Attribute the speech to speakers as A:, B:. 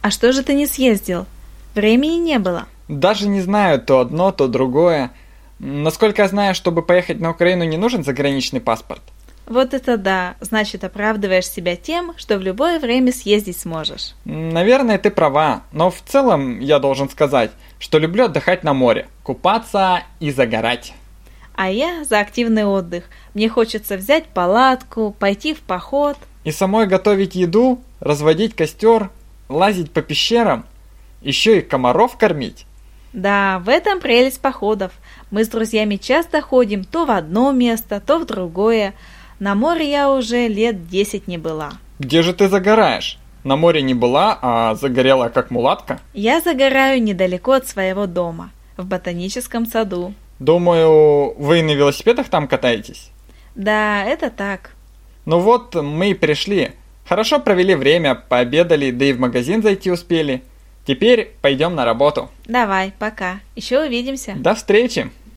A: А что же ты не съездил? Времени не было.
B: Даже не знаю, то одно, то другое. Насколько я знаю, чтобы поехать на Украину не нужен заграничный паспорт.
A: Вот это да. Значит, оправдываешь себя тем, что в любое время съездить сможешь.
B: Наверное, ты права, но в целом я должен сказать, что люблю отдыхать на море, купаться и загорать.
A: А я за активный отдых. Мне хочется взять палатку, пойти в поход.
B: И самой готовить еду, разводить костер, лазить по пещерам, еще и комаров кормить.
A: Да, в этом прелесть походов. Мы с друзьями часто ходим то в одно место, то в другое. На море я уже лет 10 не была.
B: Где же ты загораешь? На море не была, а загорела как мулатка?
A: Я загораю недалеко от своего дома, в ботаническом саду.
B: Думаю, вы на велосипедах там катаетесь?
A: Да, это так.
B: Ну вот, мы и пришли. Хорошо провели время, пообедали, да и в магазин зайти успели. Теперь пойдем на работу.
A: Давай, пока. Еще увидимся.
B: До встречи!